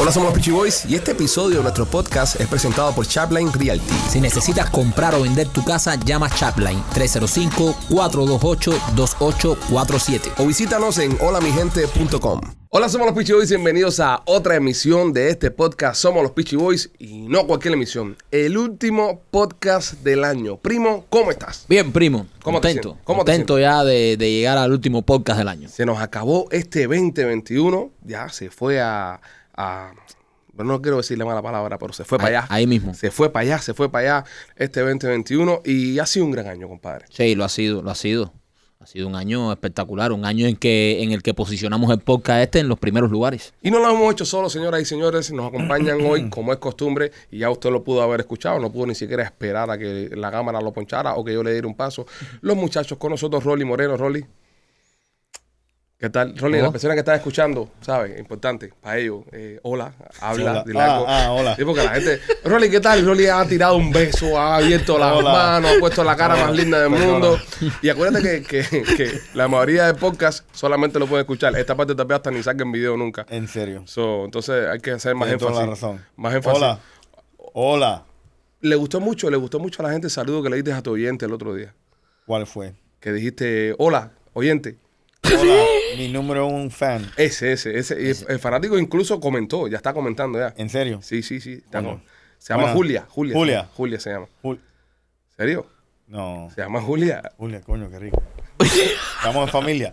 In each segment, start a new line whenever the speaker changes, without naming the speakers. Hola, somos los Peachy Boys y este episodio de nuestro podcast es presentado por Chapline Realty.
Si necesitas comprar o vender tu casa, llama Chapline 305-428-2847.
O visítanos en holamigente.com. Hola, somos los Peachy Boys, bienvenidos a otra emisión de este podcast. Somos los Peachy Boys y no cualquier emisión. El último podcast del año. Primo, ¿cómo estás?
Bien, primo.
¿Cómo te
contento.
sientes? ¿Cómo te
contento ya de, de llegar al último podcast del año.
Se nos acabó este 2021, ya se fue a... a- bueno, no quiero decir la mala palabra, pero se fue para
Ahí-
allá.
ahí mismo.
Se fue para allá, se fue para allá este 2021 y ha sido un gran año, compadre.
Sí, lo ha sido, lo ha sido. Ha sido un año espectacular, un año en que en el que posicionamos el podcast este en los primeros lugares.
Y no lo hemos hecho solo, señoras y señores. Nos acompañan hoy, como es costumbre, y ya usted lo pudo haber escuchado. No pudo ni siquiera esperar a que la cámara lo ponchara o que yo le diera un paso. Los muchachos con nosotros, Rolly Moreno, Rolly. ¿Qué tal? Rolly,
Oh.
las personas que están escuchando, ¿sabes? Importante para ellos. eh, hola, habla,
hola.
dile
Ah,
algo.
ah, hola.
Sí, porque la gente. Rolly, ¿qué tal? Rolly ha tirado un beso, ha abierto las
Hola.
manos, ha puesto la cara más linda del
Perdona.
mundo. Y acuérdate que, que- que la mayoría de podcast solamente lo pueden escuchar. Esta parte tal vez hasta ni salga en video nunca.
En serio.
So, entonces hay que hacer más
Tienes
énfasis.
toda la razón.
Más énfasis.
Hola. Hola.
Le gustó mucho, le gustó mucho a la gente el saludo que le diste a tu oyente el otro día.
¿Cuál fue?
Que dijiste, hola, oyente.
Hola. mi número un fan.
Ese, ese, ese. Y el- El fanático incluso comentó, ya está comentando ya.
¿En serio?
Sí, sí, sí. está
Bueno.
con- Se llama
Bueno.
Julia. Julia.
Julia.
se- Julia se llama.
Jul-
¿Serio?
no.
Se llama Julia.
Julia, coño, qué rico. Estamos en familia.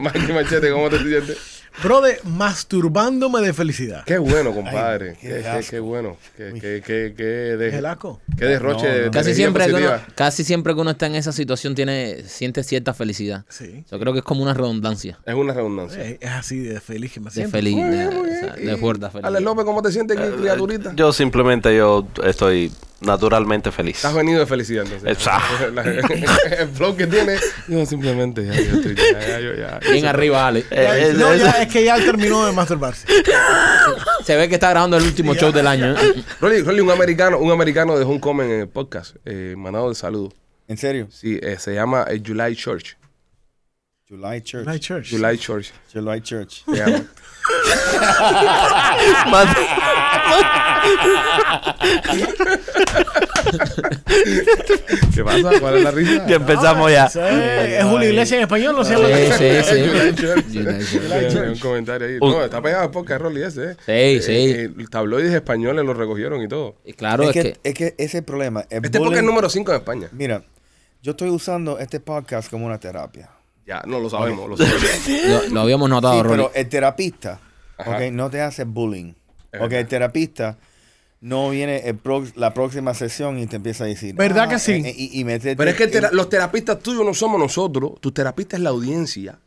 Mike Machete, ¿cómo te sientes?
Brother, masturbándome de felicidad.
Qué bueno, compadre.
Ay,
qué,
qué
qué-
asco.
qué bueno. Qué, qué, qué, qué de-
Es el asco.
qué derroche.
No, no.
de- de
Casi
energía
siempre, que uno,
positiva.
casi siempre que uno está en esa situación tiene siente cierta felicidad.
Sí.
Yo creo que es como una redundancia
Es una redundancia.
Eh, Es así de feliz que me
de
siento.
feliz,
Muy
de,
bien, muy
o sea,
bien.
de
Y,
fuerza feliz.
Ale López, ¿cómo te sientes, aquí, criaturita?
Eh, Yo simplemente yo estoy naturalmente feliz.
Estás venido de felicidad, entonces.
Exacto.
La- el flow que tiene. Yo simplemente ya, yo estoy ya, ya, yo ya.
Bien arriba, Ale.
Eh,
Ya,
es-
no,
es-
ya, es que ya él terminó de masturbarse.
Se ve que está grabando el último show del año. ¿eh?
Rolly, Rolly, un americano, un americano dejó un comment en el podcast, eh, mandado de saludo.
¿En serio?
Sí, eh, se llama eh, July Church.
July Church.
Night Church. Ah,
July Church.
July Church.
se llama. ¿Qué pasa? ¿Cuál es la risa?
Ya empezamos ya.
Sí, ¿Es una iglesia en español o se llama?
Sí, sí, sí.
July Church.
July Church.
Eh, un comentario ahí. No, está pegado el podcast, Rolly, ese. eh.
Sí, sí.
Eh, eh, tabloides españoles lo recogieron y todo.
Y claro,
es, que, es que ese es el problema. El
Este podcast
bullying-
es número 5 en España.
Mira, yo estoy usando este podcast como una terapia.
Ya, no lo sabemos, lo sabemos.
lo, lo habíamos notado,
Sí,
Rolly.
pero el terapista,
Ajá.
ok, no te hace bullying.
Es
Ok,
verdad.
el terapista no viene el pro- la próxima sesión y te empieza a decir.
¿Verdad que sí?
eh, Y, y meterte
Pero es que el tera-
en-
los terapistas tuyos no somos nosotros, tu terapista es la audiencia.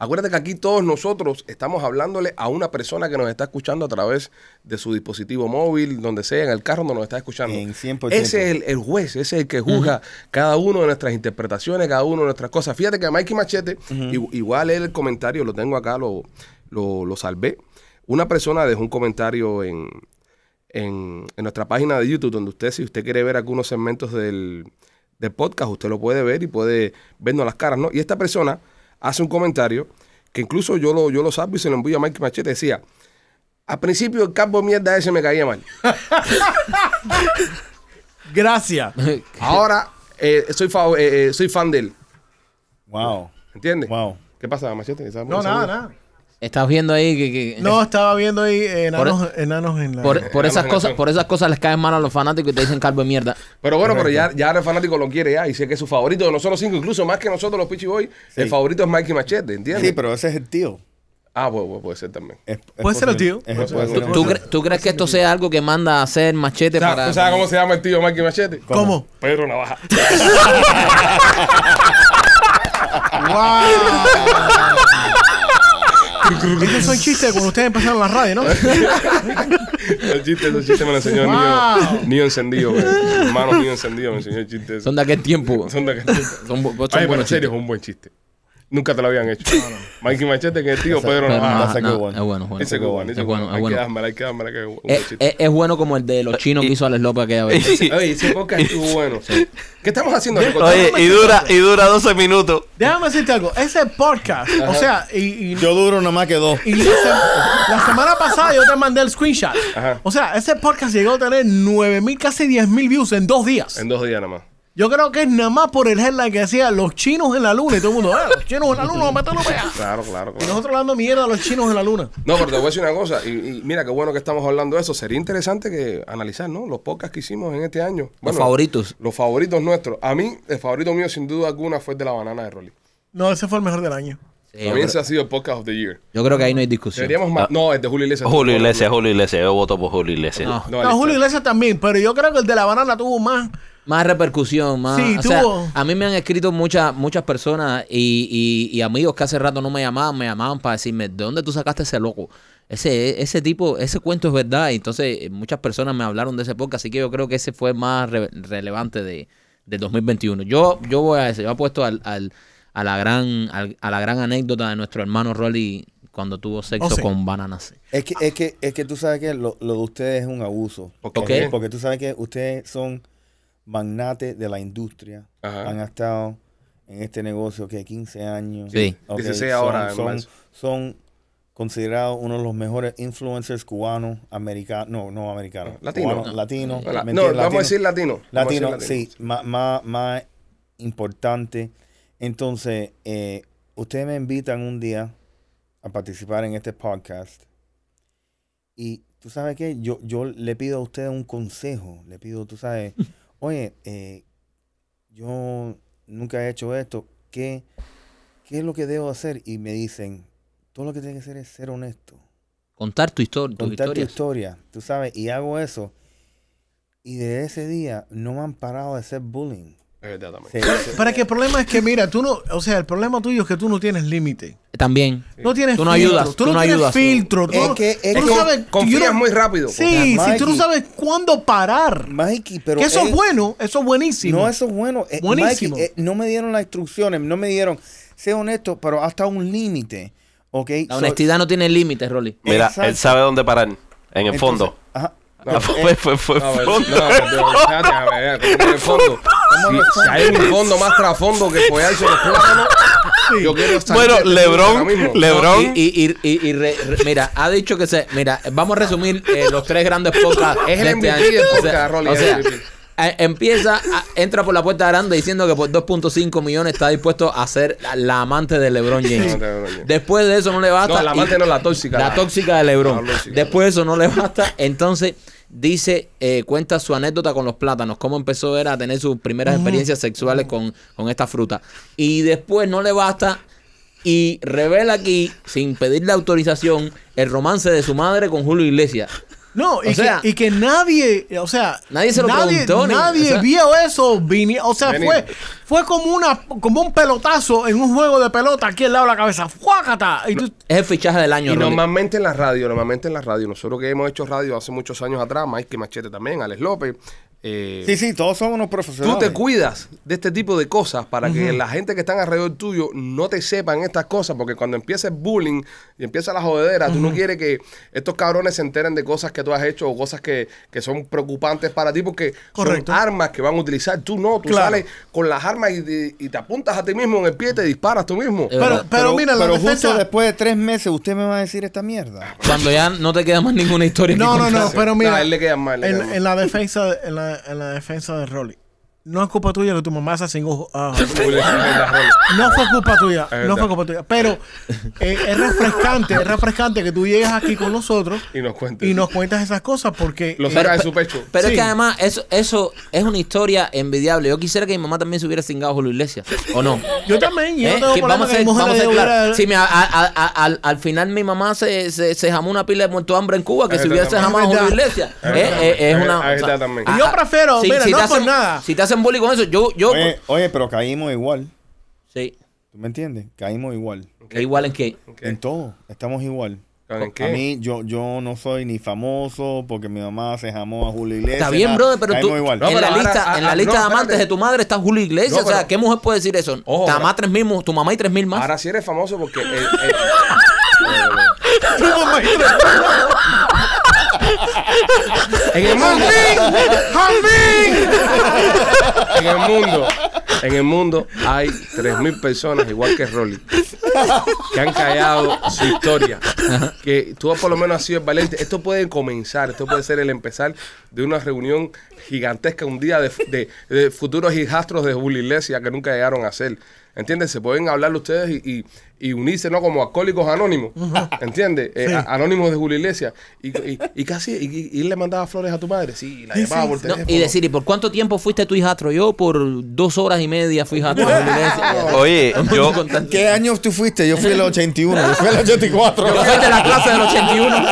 Acuérdate que aquí todos nosotros estamos hablándole a una persona que nos está escuchando a través de su dispositivo móvil, donde sea, en el carro donde nos está escuchando.
En 100%.
Ese es el, el juez, ese es el que juzga cada una de nuestras interpretaciones, cada una de nuestras cosas. Fíjate que Mikey Machete, i- igual él el comentario, lo tengo acá, lo, lo, lo salvé. Una persona dejó un comentario en, en, en nuestra página de YouTube, donde usted, si usted quiere ver algunos segmentos del, del podcast, usted lo puede ver y puede vernos las caras, ¿no? Y esta persona hace un comentario que incluso yo lo, yo lo salvo y se lo envío a Mike Machete. Decía, al principio el campo de mierda ese me caía mal.
Gracias.
Ahora eh, soy, fa- eh, eh, soy fan de él.
Wow.
¿Entiendes?
Wow.
¿Qué pasa, Machete? ¿Estás
No,
muy
nada,
seguro?
nada.
Estás viendo ahí que, que-
No, estaba viendo ahí enanos, enanos en la.
e- por, por
Eh,
esas
no, no,
cosas,
no.
por esas cosas les caen mal a los fanáticos y te dicen calvo de mierda.
Pero bueno, pero ya, ya ahora el fanático lo quiere ya y sé que es su favorito de nosotros cinco, incluso más que nosotros los Pichi Boy, el favorito es Mikey Machete, ¿entiendes?
Sí, pero ese es el tío.
Ah, pues, pues, puede ser también.
Es- es
Puede ser el tío.
Es-
Puede
puede
ser
ser
el
el
¿Tú,
tío.
cre- tú crees que esto sea algo que manda a hacer machete
O sea,
para
¿Tú sabes cómo se llama el tío Mikey Machete?
¿Cómo?
Pedro Navaja.
Estos son chistes cuando ustedes empezaron la radio, ¿no?
el chiste, ese chiste me lo enseñó el niño, niño encendido, güey. hermano niño encendido, me enseñó el chiste. ese.
son de aquel tiempo?
Son de aquel chiste.
Son bu- son
Oye, pero en
buenos
serio,
chistes.
es un buen chiste. Nunca te lo habían hecho. Mikey Machete, que es el tío Pedro
Pero no,
Navaja.
ese
no,
que es bueno.
es bueno, es bueno.
Dice que Ah, bueno, dice que
Es bueno,
bueno.
es
Hay que
bueno. Eh,
dármela, hay que dármela, que es un buen
Es,
chiste.
es- es bueno como el de los chinos que hizo Alex López aquella vez.
Oye, ese podcast estuvo bueno. ¿Qué estamos haciendo? aquí?
Oye, y dura, y dura 12 minutos.
Déjame decirte algo. Ese podcast, o sea, y. y-
Yo duro nomás que dos.
y ese- La semana pasada yo te mandé el screenshot.
Ajá.
O sea, ese podcast llegó a tener 9000, casi 10000 views en dos días.
En dos días nada más.
Yo creo que es nada más por el headline que decía los chinos en la luna y todo el mundo, "Eh, los chinos en la luna, mételo para allá.
Claro, claro,
Y
claro.
nosotros hablando mierda a los chinos en la luna.
No, pero te voy a decir una cosa, y, y mira qué bueno que estamos hablando de eso. Sería interesante que analizar, ¿no? Los podcasts que hicimos en este año. Bueno,
favoritos.
Los favoritos nuestros. A mí, el favorito mío, sin duda alguna, fue el de la banana de Rolly.
No, ese fue el mejor del año.
Sí,
Para
yo,
mí
creo,
ese ha sido el podcast of the year.
yo creo que ahí no hay discusión.
Deberíamos más. No, el de Julio Iglesias.
Julio Iglesias, Julio Iglesias. Yo voto por Julio Iglesias.
No.
No,
No, Julio Iglesias también, pero yo creo que el de la banana tuvo más.
Más repercusión, más.
Sí,
o sea,
tuvo.
a mí me han escrito muchas muchas personas y, y- y amigos que hace rato no me llamaban, me llamaban para decirme, ¿de dónde tú sacaste ese loco? Ese, ese tipo, ese cuento es verdad. Y entonces eh, muchas personas me hablaron de ese podcast, así que yo creo que ese fue más re- relevante de, del 2021. Yo, yo voy a ese, yo apuesto al, al- a, la gran, al- a la gran anécdota de nuestro hermano Rolly cuando tuvo sexo
Oh, sí.
con bananas.
Es que, es que, es que tú sabes que lo, lo de ustedes es un abuso.
¿Por
qué?
¿Por qué? Porque tú sabes que ustedes son magnates de la industria.
Ajá.
Han estado en este negocio que 15 años.
Sí.
Ok,
16
son-
ahora, en
Son,
marzo.
son considerados uno de los mejores influencers cubanos, americanos, no, no americanos.
Latino.
cubanos, latinos,
No, la-
¿me
no,
entiendes?
vamos a decir
Latinos.
latino. Vamos a decir
Latino, sí, má- má- más, importante. Entonces, eh, ustedes me invitan un día a participar en este podcast. Y tú sabes qué, yo, yo le pido a ustedes un consejo. Le pido, tú sabes, oye, eh, yo nunca he hecho esto. ¿Qué, ¿Qué es lo que debo hacer? Y me dicen, todo lo que tienes que hacer es ser honesto
Contar tu, historia tu
contar tu
historia.
historia, tú sabes, y hago eso. Y desde ese día no me han parado de hacer bullying.
Es verdad también.
Se- se-
Para que el problema es que, mira, tú no, o sea, el problema tuyo es que tú no tienes límite.
También.
No tienes
Tú no
filtro,
ayudas,
Tú
tú
no,
no
tienes
ayudas.
filtro. Tú,
Es
no-
que- es
tú no
que
sabes.
Confías
you don't-
muy rápido.
Sí,
Con-
si tú no
Mikey.
sabes cuándo parar.
Mikey, pero
que eso es
eh,
bueno, eso es buenísimo.
No, eso es bueno. Eh,
Buenísimo.
Mikey, eh, no me dieron las instrucciones, no me dieron, sé honesto, pero hasta un límite. ¿Ok?
La
So-
honestidad no tiene límites, Rolly.
Mira,
Exacto.
él sabe dónde parar. En el
entonces-
fondo.
Ajá.
No,
Fue- fue- fue
No, pero- no,
fondo.
pero espérate, a ver, ¿cómo que el fondo? Si, si hay un fondo más trasfondo que follarse los plátanos, yo quiero saber
Bueno,
de este
Lebron,
ahora mismo.
Le- LeBron.
No, y, y- y- y re- re- mira, ha dicho que se. Mira, vamos a resumir eh, los tres grandes podcasts.
Es el
de este
MVP
año.
del
O sea,
podcast, Rolly,
o
es
sea,
el MVP.
eh, empieza, a- entra por la puerta grande diciendo que por 2.5 millones está dispuesto a ser la, la amante de LeBron James.
No, no, no, no.
Después de eso no le basta.
No, la amante
y-
no, la tóxica.
La tóxica de LeBron.
La tóxica.
Después de eso no le basta. Entonces dice, eh, cuenta su anécdota con los plátanos, cómo empezó era a tener sus primeras experiencias sexuales con, con esta fruta. Y después no le basta. Y revela aquí, sin pedirle autorización, el romance de su madre con Julio Iglesias.
No, y,
O sea-
que, y que nadie, o sea,
Nadie se lo preguntó, ni-
nadie
o sea-
vio eso, vini- o sea,
Vení.
fue, fue como una, como un pelotazo en un juego de pelota aquí al lado de la cabeza, ¡fuácata! Y tú,
Es el fichaje del año,
Y
Rolly.
normalmente en la radio, normalmente en la radio, nosotros que hemos hecho radio hace muchos años atrás, Mike Machete también, Alex López, eh,
Sí, sí, todos somos unos
Tú
profesionales.
te cuidas de este tipo de cosas para que la gente que está alrededor tuyo no te sepan estas cosas, porque cuando empieza el bullying y empieza la jodedera, tú no quieres que estos cabrones se enteren de cosas que tú has hecho o cosas que, que son preocupantes para ti, porque
Correcto.
son armas que van a utilizar. Tú no, tú
Claro.
sales con las armas y, te- y te apuntas a ti mismo en el pie y te disparas tú mismo.
Eh,
pero, pero, mira, la
pero
defensa-
justo después de tres meses usted me va a decir esta mierda.
Cuando ya no te queda más ninguna historia. que
no, no,
contar.
no, pero mira,
No, a él le quedan mal, le
en,
quedan mal.
en la defensa, de- en la, en la defensa de Rolly, no es culpa tuya que tu mamá sea sin ojo. ah, No fue culpa tuya,
Es
no
verdad.
fue culpa tuya. Pero eh, es refrescante, es refrescante que tú llegues aquí con nosotros
y nos cuentes.
y nos cuentas esas cosas porque
Lo
eh,
sacas de su pecho.
Pero
Sí.
es que además eso, eso es una historia envidiable. Yo quisiera que mi mamá también se hubiera cingado a Julio Iglesias. ¿O no?
yo también, yo
¿Eh?
no tengo
Que
problema
vamos a
que
ser,
mi mujer
vamos a
le
ser
diga,
claros. Sí, mira, a- a- a- al, al final mi mamá se, se, se jamó una pila de muerto hambre en Cuba que
Es
si
verdad
hubiese
también.
jamado a Julio
Es
Iglesias.
verdad.
Es
Eh,
verdad.
eh, es
Es-
una.
es verdad también.
Y yo prefiero, mira, no
te
por
hacen-
nada.
Si te hacen bullying con eso, yo. yo
Oye, oye, pero caímos igual.
sí.
¿Tú me entiendes? Caímos igual.
Que Igual en que.
Ok.
En todo, estamos igual.
¿En qué?
A mí, yo, yo no soy ni famoso porque mi mamá se jamó a Julio Iglesias.
Está bien,
nada.
brother, pero tú.
Caímos igual.
No,
en,
pero
la
ahora-
lista, en
ah,
la
ah,
lista
no,
de amantes
espérate.
de tu madre está Julio Iglesias.
No,
o sea,
pero-
¿qué mujer puede decir eso?
Ojo,
tu
ahora-
mamá tres mil, mu- tu mamá y tres mil más.
Ahora sí eres famoso porque... eh, el- el- en el mundo... en el mundo... En el mundo hay 3.000 personas, igual que Rolly, que han callado su historia. Que tú por lo menos has sido valiente. Esto puede comenzar, esto puede ser el empezar de una reunión gigantesca un día de, de- de futuros hijastros de Julio Iglesias que nunca llegaron a ser. ¿Entiendes? Se pueden hablar ustedes y, y- y unirse, ¿no? Como alcohólicos anónimos. ¿Entiendes? Eh,
Sí.
a- anónimos de Julio Iglesias. Y, y- y casi, y, y- y le mandaba flores a tu madre. Sí, y la
Sí,
llamaba
sí,
por
sí.
No,
teléfono.
y decir, ¿y por cuánto tiempo fuiste tu hijastro? Yo por dos horas y media fui hijastro. de Julio Iglesias.
Oye, yo,
Con tanto-
¿Qué años tú fuiste? Yo fui el 81, yo fui el 84.
Yo soy de la clase del 81.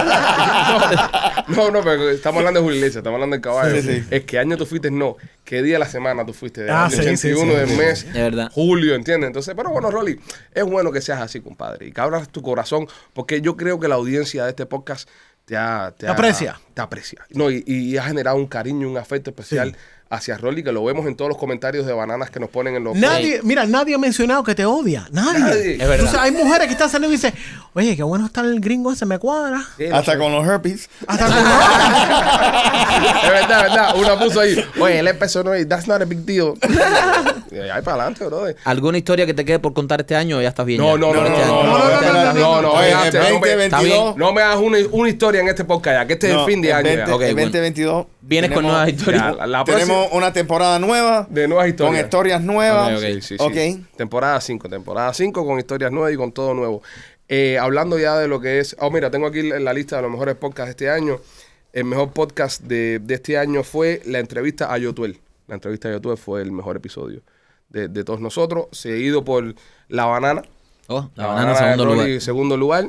No, no, pero estamos hablando de Julio Iglesias, estamos hablando del caballo.
Sí, sí.
Es que año tú fuiste, no. ¿Qué día de la semana tú fuiste? De
Ah,
año
sí, sí,
81
sí,
del
sí.
mes.
De verdad.
Julio, ¿entiendes? Entonces, pero bueno, Rolly, es bueno que seas así, compadre. Y que abras tu corazón, porque yo creo que la audiencia de este podcast te ha- Te,
Te
ha-
aprecia.
Te aprecia. No, y, y ha generado un cariño, un afecto especial hacia Rolly, que lo vemos en todos los comentarios de bananas que nos ponen en los.
Nadie, mira, nadie ha mencionado que te odia. Nadie.
Nadie. Es
verdad.
Entonces, hay mujeres que están saliendo y dicen, oye, qué bueno está el gringo ese, me cuadra.
Sí, no
Hasta con los herpes.
Hasta con-
Es verdad, es verdad. Una puso ahí, oye, él empezó, no, y that's not a big deal. Y ahí para adelante, brother.
¿Alguna historia que te quede por contar este año? Ya estás bien.
No,
ya.
no, no, no,
Este año.
no,
no,
no,
no, no,
no,
no,
no, no,
Oye, el
déjate, no,
20,
me- está bien.
22.
No me hagas una, una historia en este podcast ya, que este es el fin
eh,
de año. ya.
Ok,
El
bueno.
2022.
Vienes con
tenemos-
nuevas
Ya,
historias.
la, la
Tenemos una temporada nueva.
próxima de nuevas historias.
Con historias nuevas.
Ok,
Sí, sí, sí.
Ok.
Temporada 5, temporada 5 con historias nuevas y con todo nuevo. Eh, hablando ya de lo que es. Oh, mira, tengo aquí la la lista de los mejores podcasts de este año. El mejor podcast de, de este año fue la entrevista a Yotuel. La entrevista a Yotuel fue el mejor episodio de, de todos nosotros, seguido por La Banana.
Oh, la
La
banana,
Banana
segundo
de
lugar.
Rolly, segundo lugar.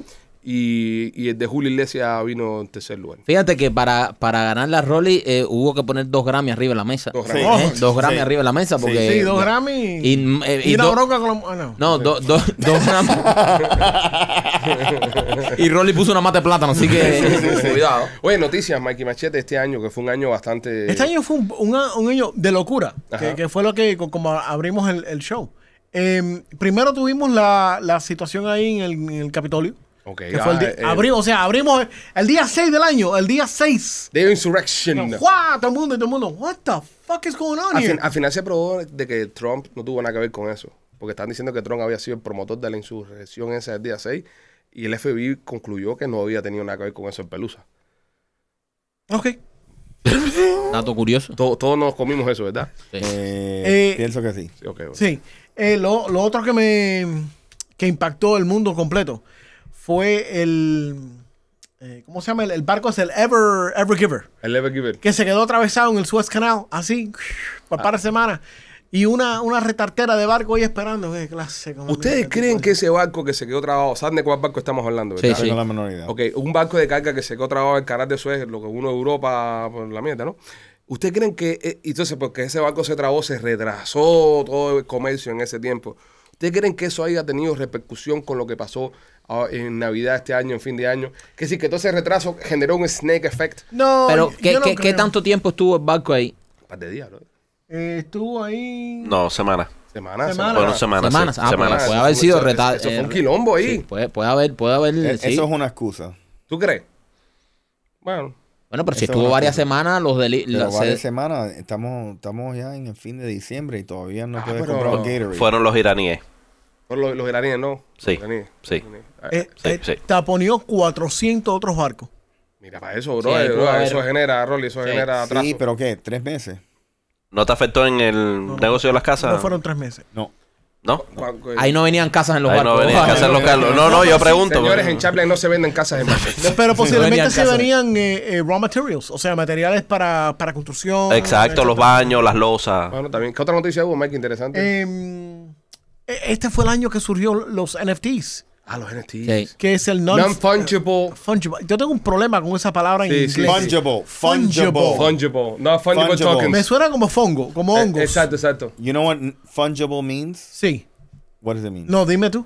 Y, y el de Julio Iglesias vino en tercer lugar.
Fíjate que para, para ganar la Rolly eh, hubo que poner dos Grammy arriba de la mesa.
Dos
Sí.
¿Eh? Dos Grammy
Oh, Sí.
arriba de la mesa porque...
Sí, dos Grammy.
Eh, Y, eh, y
Y, una
dos-
bronca con la- ah, no.
No, do- do- dos Grammy. y Rolly puso una mata de plátano, así que cuidado.
Oye, noticias, Mikey Machete, este año, que fue un año bastante.
Este año fue un, un a- un año de locura,
Ajá.
que, que fue lo que co- como abrimos el, el show. Eh, primero tuvimos la, la situación ahí en el, en el Capitolio.
Ok,
que fue el
ah,
día-
eh,
abrimos, o sea, abrimos el, el día 6 del año, el día 6.
de Insurrection.
¡Guau! Todo el mundo, todo el mundo. What the fuck is going on
Al,
here?
fin- al final se probó de que Trump no tuvo nada que ver con eso. Porque están diciendo que Trump había sido el promotor de la insurrección ese del día 6. Y el FBI concluyó que no había tenido nada que ver con eso en Pelusa.
Ok.
Dato curioso.
To- todos nos comimos eso, ¿verdad?
Eh,
Eh,
pienso que sí.
Sí, ok. ok.
Sí. Eh, lo, lo otro que me que impactó el mundo completo fue el eh, ¿cómo se llama? El, el barco es el Ever Ever Giver,
El Ever Giver.
que se quedó atravesado en el Suez Canal, así,
Ah.
por par de semanas. Y una, una retartera de barco ahí esperando. Qué clase, como-
¿Ustedes
qué
creen
tipo
que ese barco que se quedó trabado, ¿saben de cuál barco estamos hablando?
Sí,
verdad?
sí.
Tengo la menor idea.
Ok, un barco de carga que se quedó trabado en el canal de Suez, lo que uno de Europa, por la mierda, ¿no? ¿Ustedes creen que, eh, entonces, porque ese barco se trabó, se retrasó todo el comercio en ese tiempo? ¿Ustedes creen que eso haya tenido repercusión con lo que pasó ah, en Navidad este año, en fin de año? Que sí, que todo ese retraso generó un snake effect.
de- No,
Pero,
yo-
¿qué,
yo no
qué- qué
creo.
tanto tiempo estuvo el barco ahí?
Un par de días, ¿no?
Eh, estuvo ahí.
no, semana.
Semanas.
Semana.
Fueron semanas.
Semanas.
sí,
Ah,
semanas.
Puede haber sido
pues, Eso-
retra-
Eso fue un
eh,
quilombo ahí.
Sí, puede, puede haber, puede haber.
Eh,
sí.
Eso es una excusa.
¿Tú crees? Bueno.
Bueno, pero si
eso
estuvo
es
varias
una-
semanas, los delitos.
Pero varias semanas, estamos, estamos ya en el fin de diciembre y todavía no
Ah,
puedes
pero-
comprar un Gatorade.
Fueron los iraníes.
por Los, los iraníes, ¿no?
Sí,
Los iraníes.
sí.
Ah,
Eh,
Sí,
eh,
sí.
taponeó 400 otros barcos.
Mira, para eso,
Sí,
bro,
ahí
eh,
pudo
bro,
haber-
eso genera, Rolly, eso
Sí.
genera atraso.
Sí, pero ¿qué? ¿Tres meses?
¿No te afectó en el negocio de las casas?
No fueron tres meses.
No.
¿No?
Cu-
Ahí no venían casas en los
Ahí no
barcos.
venía a casa local. No, no, yo pregunto.
Señores,
pero-
en Chaplin no se venden casas en Massachusetts.
Pero posiblemente
venían
se
casas.
venían eh, eh, raw materials, o sea, materiales para, para construcción.
Exacto, los
etcétera.
baños, las losas.
Bueno, también. ¿Qué otra noticia hubo, Mike? Interesante.
Em, eh, este fue el año que surgió los NFTs,
ah, los NFTs.
Sí.
que es el non,
Non-fungible.
fungible. Yo tengo un problema con esa palabra en
Sí, sí.
inglés.
Fungible. Fungible.
Fungible. No, fungible,
Fungible.
tokens.
Me suena como fongo, como
Eh,
hongos.
Exacto, exacto.
You know what fungible means?
Sí.
What does it mean?
No, dime tú.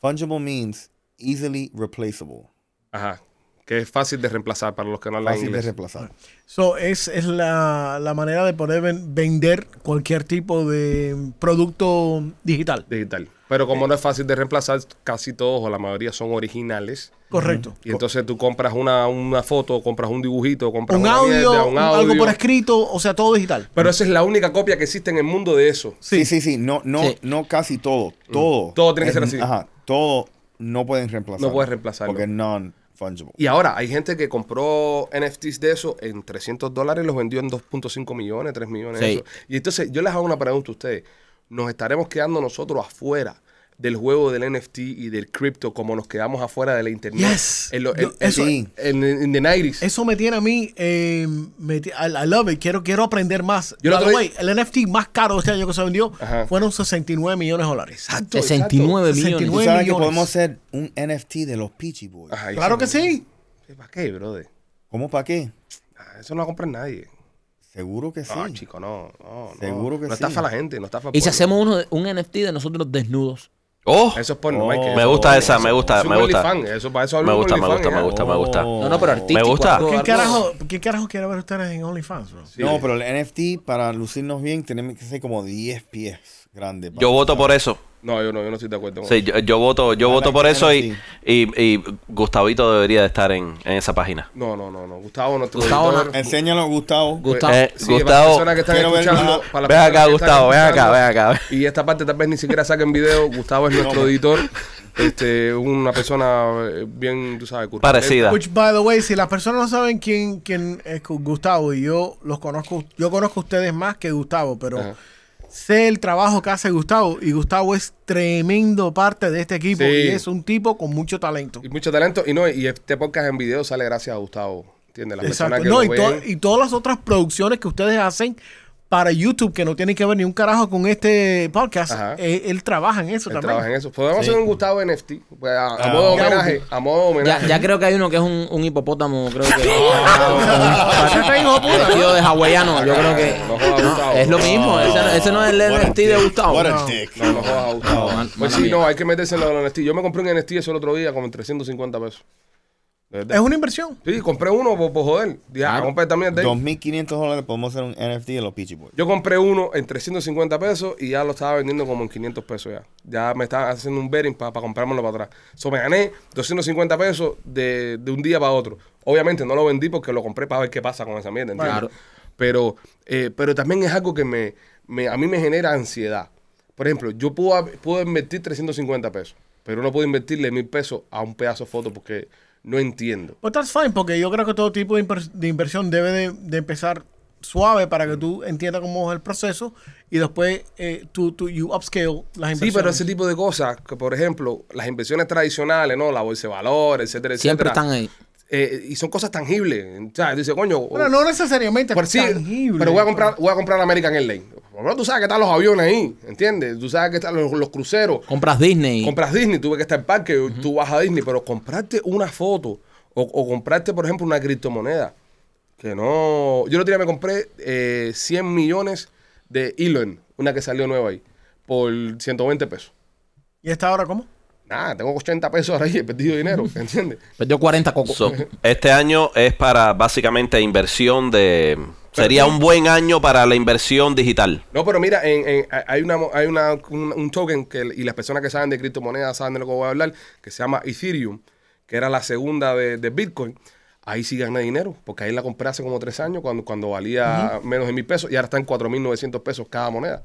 Fungible means easily replaceable.
Ajá. Que es fácil de reemplazar para los que no hablan
Fácil de
inglés.
reemplazar.
So, es es la, la manera de poder ven- vender cualquier tipo de producto digital.
Digital. Pero como no es fácil de reemplazar, casi todos o la mayoría son originales.
Correcto.
Y entonces tú compras una, una foto, compras un dibujito, compras
Un
una
audio,
mierda,
un- algo por escrito, o sea, todo digital.
Pero esa es la única copia que existe en el mundo de eso.
Sí.
Sí, sí, sí. No, no,
Sí.
no casi todo. Todo.
Mm. Todo tiene que
Es-
ser así.
Ajá. Todo no pueden reemplazar.
No puedes reemplazarlo.
Porque es non-fungible.
Y ahora, hay gente que compró NFTs de eso en 300 dólares, los vendió en 2.5 millones, 3 millones.
Sí.
eso. Y entonces, yo les hago una pregunta a ustedes. ¿Nos estaremos quedando nosotros afuera del juego del NFT y del cripto como nos quedamos afuera de la internet?
Yes.
En, lo- en-
Yo-
en-
eso-
en- en the 90s.
Eso me tiene a mí, eh, me ti- I, I love it, quiero, quiero aprender más.
Yo
By
lo
the
doy-
way, el NFT más caro este año que se vendió
Ajá.
fueron 69 millones de dólares.
Exacto, exacto.
69
Tú
millones.
sabes
69
que
millones.
podemos hacer un NFT de los Peachy Boys.
Ajá, y
Claro
eso
que
no-
sí.
¿Para qué, brother?
¿Cómo para qué?
Ah, Eso no lo compra nadie.
Seguro que sí.
No, Ah, chico, no. no, no.
Seguro
No
que sí.
estafa a la gente, no estafa al
Y si
pueblo.
hacemos uno de- un NFT de nosotros desnudos.
¡Oh!
Eso es porno,
Oh.
Michael.
me gusta esa, me gusta,
Eso es
me
un
gusta.
OnlyFans, Eso, para eso
Me gusta, me gusta, me
OnlyFans,
gusta, me gusta.
Oh.
No, no, pero artístico.
gusta.
algo,
¿Qué
algo.
carajo, ¿Qué carajo quiere ver ustedes en OnlyFans? bro?
ya.
No,
Sí.
pero el NFT, para lucirnos bien, tenemos que ser como 10 pies grandes.
Yo voto por eso.
No, yo no, yo no estoy de acuerdo con
Sí, yo, yo voto, yo
I
voto
like
por
the
eso y,
NFT.
y, y Gustavito debería de estar en, en esa página.
No, no, no, no. Gustavo, nuestro
Gustavo,
editor.
no.
Enséñalo, Gustavo.
Gustavo.
Eh,
Sí, para las
Gustavo,
personas que están
quiero ver-
escuchando,
Ajá.
para las
ven acá,
personas que están
Gustavo, ven acá,
escuchando,
ven acá.
Y esta parte tal vez ni siquiera saquen video. Gustavo es nuestro editor. Este, una persona eh, bien, tú sabes, curva.
Parecida.
Which, by the way, si las personas no saben quién, quién es Gustavo y yo los conozco, yo conozco a ustedes más que Gustavo, pero
Ajá.
sé el trabajo que hace Gustavo y Gustavo es tremendo parte de este equipo
Sí.
y es un tipo con mucho talento.
Y mucho talento. Y no, y este podcast en video sale gracias a Gustavo. ¿Entiendes? Las
Exacto.
personas que
No,
lo
y, to-
ven.
y todas las otras producciones que ustedes hacen para YouTube que no tienen que ver ni un carajo con este podcast,
Ajá.
eh, él trabaja en eso
Él
también.
trabaja en eso. Podemos
Sí.
hacer un Gustavo NFT. pues, a, a
Ah,
modo
ya,
homenaje. A modo
Ya,
homenaje.
ya creo que hay uno que es un, un hipopótamo, creo que.
Bastante hijo de puta.
Vestido de hawaiano, yo creo que.
No jodas,
no,
Gustavo.
es lo mismo, ese, no- ese no es el
What a
NFT de
dick.
Gustavo.
What a
No.
dick.
No, no jodas a Gustavo.
No, man-
pues
mala
sí,
mía.
no, hay que meterse en los NFT. Yo me compré un NFT eso el otro día como en 350 pesos. De verdad.
Es una inversión.
Sí, compré uno por, por joder. Dije, ah,
Claro.
compré también el de él.
2.500 dólares podemos hacer un NFT de los Peachy Boys.
Yo compré uno en 350 pesos y ya lo estaba vendiendo como en 500 pesos ya. Ya me estaba haciendo un betting para comprármelo para atrás. So, me gané 250 pesos de, de un día para otro. Obviamente no lo vendí porque lo compré para ver qué pasa con esa mierda, ¿entiendes?
Claro.
Pero, eh, pero también es algo que me, me- a mí me genera ansiedad. Por ejemplo, yo puedo, hab- puedo invertir 350 pesos, pero no puedo invertirle mil pesos a un pedazo de foto porque no entiendo.
Pues that's fine, porque yo creo que todo tipo de, imper- de inversión debe de, de empezar suave para que tú entiendas cómo es el proceso y después eh, tú, tú- you upscale las inversiones.
Sí, pero ese tipo de cosas, que por ejemplo, las inversiones tradicionales, ¿no? La bolsa de valores, etcétera,
Siempre
etcétera.
están ahí.
Eh, y son cosas tangibles. O sea, dice, coño. o-
Bueno, no necesariamente
por sí,
tangible.
pero voy a comprar, voy a comprar American Airlines. Bueno, tú sabes que están los aviones ahí, ¿entiendes? Tú sabes que están los, los cruceros.
Compras Disney.
Compras Disney, tú ves que está el parque, tú vas a Disney, pero comprarte una foto o, o comprarte, por ejemplo, una criptomoneda. Que no. Yo el otro día me compré eh, 100 millones de Elon, una que salió nueva ahí, por 120 pesos.
¿Y esta ahora cómo?
Nada, tengo 80 pesos ahora y he perdido dinero, ¿entiendes?
Perdió 40 cocos.
So, este año es para básicamente inversión de... Sería un buen año para la inversión digital.
No, pero mira, en- en- hay, una, mo- hay una, un, un token que, y las personas que saben de criptomonedas saben de lo que voy a hablar, que se llama Ethereum, que era la segunda de, de Bitcoin. Ahí sí gané dinero, porque ahí la compré hace como tres años cuando, cuando valía menos de mil pesos y ahora está en 4.900 pesos cada moneda.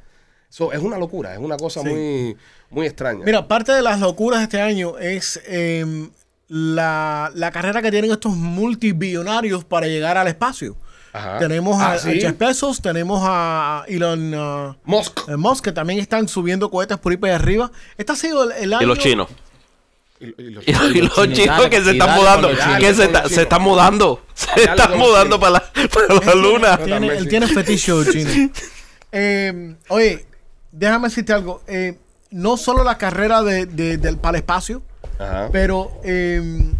Eso es una locura, es una cosa muy, muy extraña.
Mira, parte de las locuras de este año es eh, la, la carrera que tienen estos multibillonarios para llegar al espacio.
Ajá.
Tenemos a,
Ah,
a
sí.
Jeff Bezos, tenemos a Elon ah,
Musk.
eh, Musk, que también están subiendo cohetes por ahí para arriba. Este ha sido el, el año...
Y los chinos.
Y- y los-
Y, y los
chinos,
chinos
dale,
que se
y
están
dale
mudando.
con los chinos,
Que
con
se, está-
los
se
chinos.
están mudando. Se
Dale
están
con los
mudando
chinos.
para la, para la luna.
Él tiene, él
sí.
tiene fetiche de chino. Eh, oye, déjame decirte algo. Eh, no solo la carrera de, de- del, para el espacio,
Ajá.
pero eh,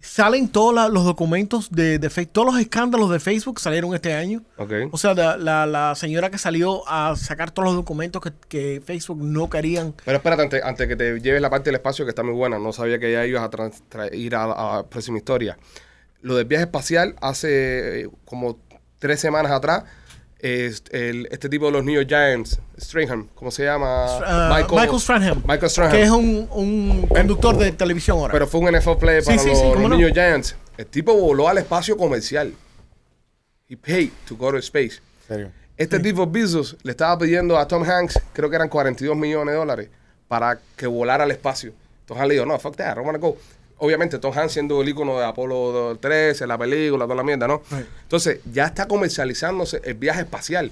salen todos la- los documentos de, de Facebook, todos los escándalos de Facebook salieron este año.
Ok.
O sea, la, la- la señora que salió a sacar todos los documentos que, que Facebook no querían.
Pero espérate, antes, antes que te lleves la parte del espacio que está muy buena, no sabía que ya ibas a trans- tra- ir a, a la próxima historia. Lo del viaje espacial, hace eh, como tres semanas atrás, es- el- este tipo de los New York Giants, Stringham, ¿cómo se llama?
Ah, Michael, Strahan.
Michael Strahan.
Que es un, un conductor de televisión ahora.
Pero fue un NFL player
Sí,
para
sí,
los,
sí,
los
cómo no.
New York Giants. El tipo voló al espacio comercial. He paid to go to space.
en serio.
Este tipo Bezos le estaba pidiendo a Tom Hanks, creo que eran 42 millones de dólares, para que volara al espacio. Tom Hanks le dijo, no, fuck that, I wanna go. Obviamente, Tom Hanks siendo el icono de Apolo 13, la película, toda la mierda, ¿no?
Right.
Entonces, ya está comercializándose el viaje espacial.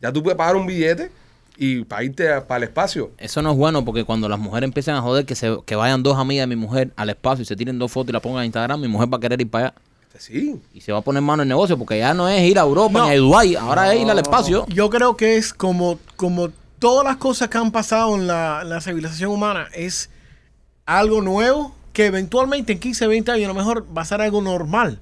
Ya tú puedes pagar un billete y para irte a- para el espacio.
Eso no es bueno porque cuando las mujeres empiezan a joder que se que vayan dos amigas de mi mujer al espacio y se tiren dos fotos y la pongan en Instagram, mi mujer va a querer ir para allá.
Sí.
Y se va a poner mano en el negocio porque ya no es ir a Europa ni a Dubái, ahora es ir al espacio.
Yo creo que es como, como todas las cosas que han pasado en la, en la civilización humana, es algo nuevo que eventualmente en 15, 20 años a lo mejor va a ser algo normal.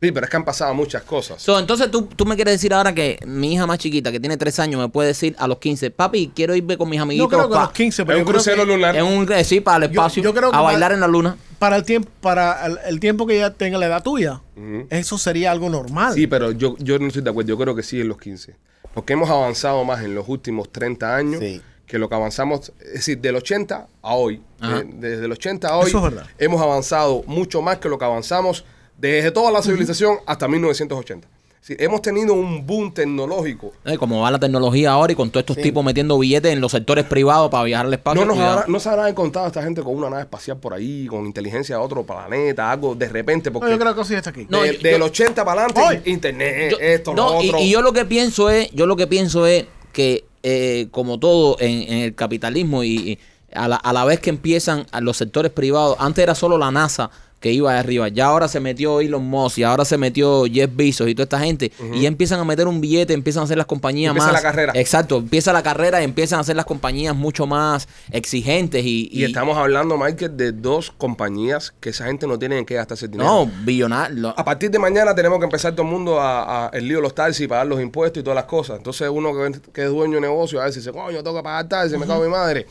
Sí, pero es que han pasado muchas cosas.
So, entonces ¿tú, tú me quieres decir ahora que mi hija más chiquita, que tiene tres años, me puede decir a los 15, papi, quiero irme con mis
No
amiguitos
creo que a
pa-
los 15,
es
pero
un
yo creo
crucero
que
lunar.
en un, eh, sí, para el
Yo-
espacio,
yo creo que
a
va-
bailar en la luna.
para el tiempo, para el, el tiempo que ya tenga la edad tuya,
Ujú.
eso sería algo normal.
Sí, pero yo, yo no estoy de acuerdo. Yo creo que sí en los 15. Porque hemos avanzado más en los últimos 30 años
Sí.
que lo que avanzamos, es decir, del 80 a hoy.
Ajá.
De- desde el 80 a hoy
Eso es verdad.
hemos avanzado mucho más que lo que avanzamos desde toda la civilización hasta 1980. Es decir, hemos tenido un boom tecnológico.
Eh, como va la tecnología ahora y con todos estos tipos metiendo billetes en los sectores privados para viajar al espacio.
No, nos
cuidado.
habrá- no se habrá encontrado esta gente con una nave espacial por ahí, con inteligencia de otro planeta, algo de repente.
No,
Porque
yo creo que sí está aquí.
No,
de-
yo-
del
yo-
80 para adelante,
Hoy.
internet,
Yo-
esto, lo
no, y-
otro.
Y, yo lo que pienso es, yo lo que pienso es que eh, como todo en, en el capitalismo y, y a, la, a la vez que empiezan a los sectores privados, antes era solo la NASA que iba de arriba, ya ahora se metió Elon Musk y ahora se metió Jeff Bezos y toda esta gente y ya empiezan a meter un billete, empiezan a hacer las compañías
Empieza
más
la carrera.
Exacto, empieza la carrera y empiezan a hacer las compañías mucho más exigentes y,
Y, estamos hablando, Michael, de dos compañías que esa gente no tiene en qué gastarse el dinero. Ah,
no, billonarios.
A partir de mañana tenemos que empezar todo el mundo a, a- el lío de los taxis, pagar los impuestos y todas las cosas. Entonces uno que, que es dueño de negocio a veces dice, coño, tengo que pagar taxis, me cago en mi madre.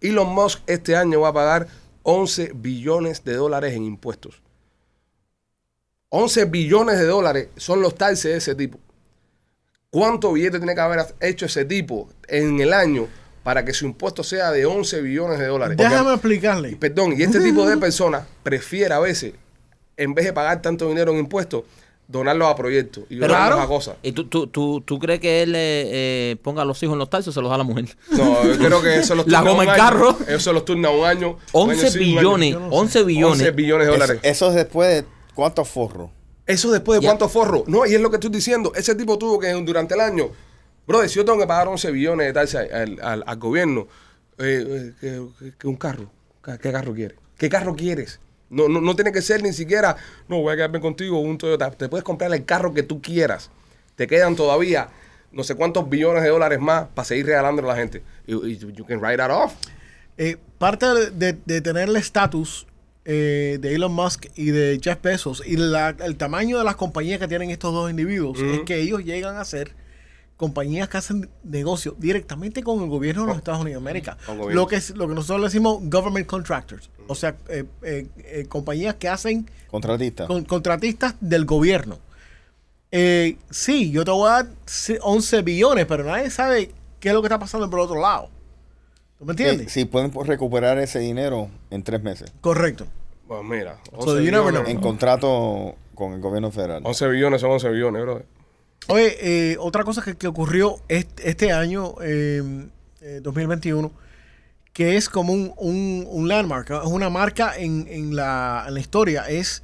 Elon Musk este año va a pagar 11 billones de dólares en impuestos. 11 billones de dólares son los taxis de ese tipo. ¿Cuánto billete tiene que haber hecho ese tipo en el año para que su impuesto sea de 11 billones de dólares?
Déjame
Porque- y
explicarle.
Perdón, y este tipo de personas prefiere a veces, en vez de pagar tanto dinero en impuestos, donarlos a proyectos y
Pero-
donarlos a cosas.
¿Y tú, tú, tú, tú crees que él eh, eh, ponga a los hijos en los taxis o se los da a la mujer?
No, yo creo que eso los
La
turna
goma
un
en
año.
carro.
Eso los turna un año. un
11
año sí, un año.
billones,
yo no sé.
11 billones.
11 billones de dólares.
Eso, eso es después de cuántos forros.
¿Eso después de
Ya.
cuánto forro? No, y es lo que estoy diciendo. Ese tipo tuvo que durante el año, brother, si yo tengo que pagar 11 billones de taxes al, al- al gobierno, eh, eh, que, que- que un carro, Ca- ¿qué carro quieres? ¿Qué carro quieres? No, no, no tiene que ser ni siquiera, no, voy a quedarme contigo, un Toyota. Te puedes comprar el carro que tú quieras. Te quedan todavía no sé cuántos billones de dólares más para seguir regalándolo a la gente. Y y you, you can write that off.
Eh, parte de, de tener el estatus eh, de Elon Musk y de Jeff Bezos y la- el tamaño de las compañías que tienen estos dos individuos es que ellos llegan a ser compañías que hacen negocio directamente con el gobierno de los Estados Unidos de América.
Con gobierno.
Lo que, es- lo que nosotros le decimos government contractors, o sea, eh, eh, eh, compañías que hacen
Contratista.
con, contratistas del gobierno. Eh, sí, yo te voy a dar c- 11 billones, pero nadie sabe qué es lo que está pasando por el otro lado. ¿Tú me entiendes?
Eh, sí, pueden po- recuperar ese dinero en tres meses.
Correcto.
Bueno, Pues mira,
So you never know.
En contrato con el gobierno federal.
11 billones son 11 billones, brother.
Oye, eh, otra cosa que, que ocurrió este, este año, eh, eh, 2021, que es como un, un- un landmark, ¿no? es una marca en, en la, en la historia, es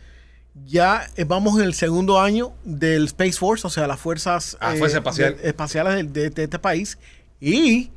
ya eh, vamos en el segundo año del Space Force, o sea, las fuerzas eh,
Ah, Fuerza Espacial.
de- espaciales del- de, de este país, y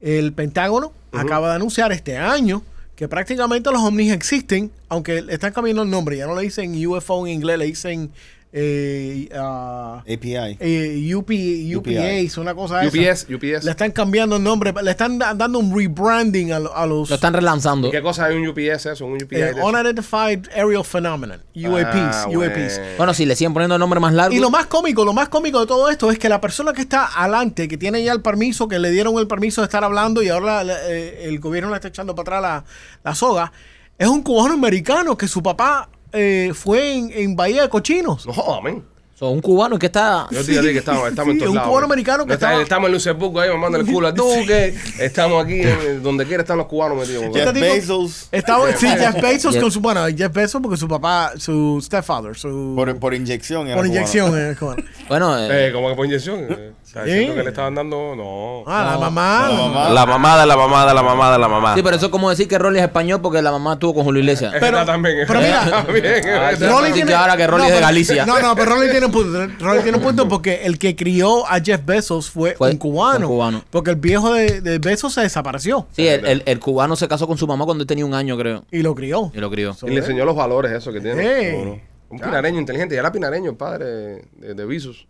el Pentágono acaba de anunciar este año que prácticamente los ovnis existen, aunque le están cambiando el nombre, ya no le dicen UFO en inglés, le dicen... eh, ah,
API.
eh, UP,
UPI.
UPAs, una cosa esa.
UPS, UPS.
Le están cambiando el nombre, le están da- dando un rebranding a, lo- a los
Lo están relanzando.
¿Y qué cosa es un UPS eso? Un UPI.
eh, Unidentified Aerial Phenomenon, UAPs,
Ah,
UAPs.
bueno.
Bueno, si le siguen poniendo el nombre más largo.
Y lo más cómico, lo más cómico de todo esto es que la persona que está adelante, que tiene ya el permiso, que le dieron el permiso de estar hablando y ahora la- la- eh, el gobierno le está echando para atrás la, la soga, es un cubano americano que su papá eh, fue en, en Bahía de Cochinos.
No, amén.
So, un cubano que está...
Yo te digo a ti que estamos, estamos en
Sí,
todos
un
lados.
cubano americano que
No está-
estaba-
Estamos en Luxemburgo ahí mamando el culo a Duque. Estamos aquí, en- donde quiera están los cubanos metidos.
Jeff
Este tipo-
Bezos
Estaba, sí, Jeff Bezos
Jeff-
con su bueno, Jeff Bezos porque su papá, su stepfather, su
por, por inyección. era
por
cubano.
inyección. eh, cubano.
Bueno, eh,
Eh, como que por inyección. eh. Está diciendo que le estaban dando. No.
Ah, la mamá.
La mamá.
La mamada, la mamada, la mamada, la mamada.
sí, pero eso es como decir que Rolly es español porque la mamá estuvo con Julio Iglesias.
Eh,
Pero, también.
pero mira,
También,
Ah,
está-
Rolly
también.
Así que ahora que Rolly es de
pero-
Galicia.
No, no, pero Rolly tiene un punto. Rolly tiene un punto porque el que crió a Jeff Bezos fue,
Fue
un, cubano,
un cubano.
Porque el viejo de, de Bezos se desapareció
Sí, el, el- el cubano se casó con su mamá cuando él tenía un año, creo.
y lo crió.
Y lo crió.
Y le enseñó los valores eso que tiene.
Ey.
Seguro. Un pinareño inteligente. Y era pinareño el padre de, de Visus.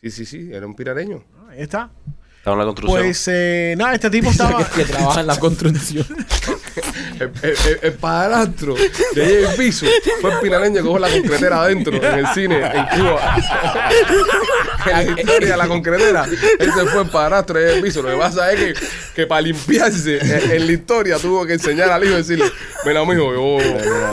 Sí, sí, sí. Era un pinareño.
Ahí está.
Estaba en la construcción.
Pues eh, nada, este tipo estaba.
Que trabaja en la construcción.
El, el- el- eh, el padrastro de Jay Visus fue el pinareño que cogió la concretera adentro en el cine en Cuba. en la historia de la concretera. Ese fue el padrastro de Jay Visus. Lo que pasa es que, que para limpiarse eh, en, en la historia tuvo que enseñar al hijo y decirle: Mira, mijo, yo,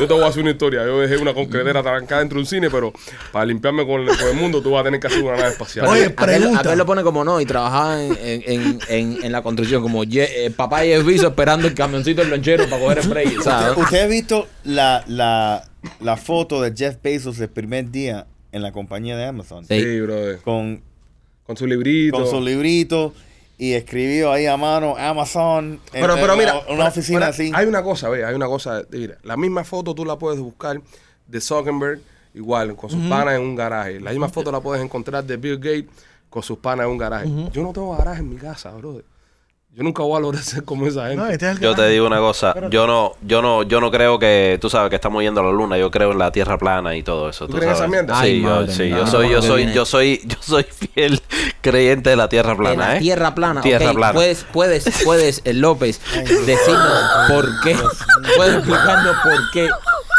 yo te voy a hacer una historia. Yo dejé una concretera trancada dentro de un cine, pero para limpiarme con, el- con el mundo tú vas a tener que hacer una nave espacial.
Oye,
Aquel,
pregunta.
aquel lo pone como no y trabajaba en, en- en- en- en la construcción como Ye- eh, papá y el viso esperando el camioncito del lonchero para coger spray,
Ah,
¿sabes?
¿Usted ha visto la, la, la foto de Jeff Bezos el primer día en la compañía de Amazon?
Sí.
Sí, brother.
Con,
Con su librito.
con su librito y escribió ahí a mano Amazon. en-
Pero,
en
pero
una-
mira,
Una,
pero-
oficina
pero
así.
Hay una cosa, ve, hay una cosa. Mira, la misma foto tú la puedes buscar de Zuckerberg, igual, con sus panas en un garaje. La misma foto la puedes encontrar de Bill Gates con sus panas en un garaje. Yo no tengo garaje en mi casa, brother. Yo nunca voy a lograr ser como esa gente.
No, este es el
Yo te
carajo.
digo una cosa, yo no, yo no, yo no creo que, tú sabes que estamos yendo a la luna, yo creo en la Tierra plana y todo eso.
¿Tú
tú
crees en
sabes.
esa mierda?
Sí,
Ay,
yo,
madre
sí,
mía.
yo
Ah,
soy, yo
madre
soy,
mía.
yo soy, yo soy fiel creyente de la Tierra
De
plana,
la
¿eh?
tierra plana.
Tierra
ok.
plana.
Puedes, puedes, puedes, eh, López, decirnos por qué. Puedes explicarnos por qué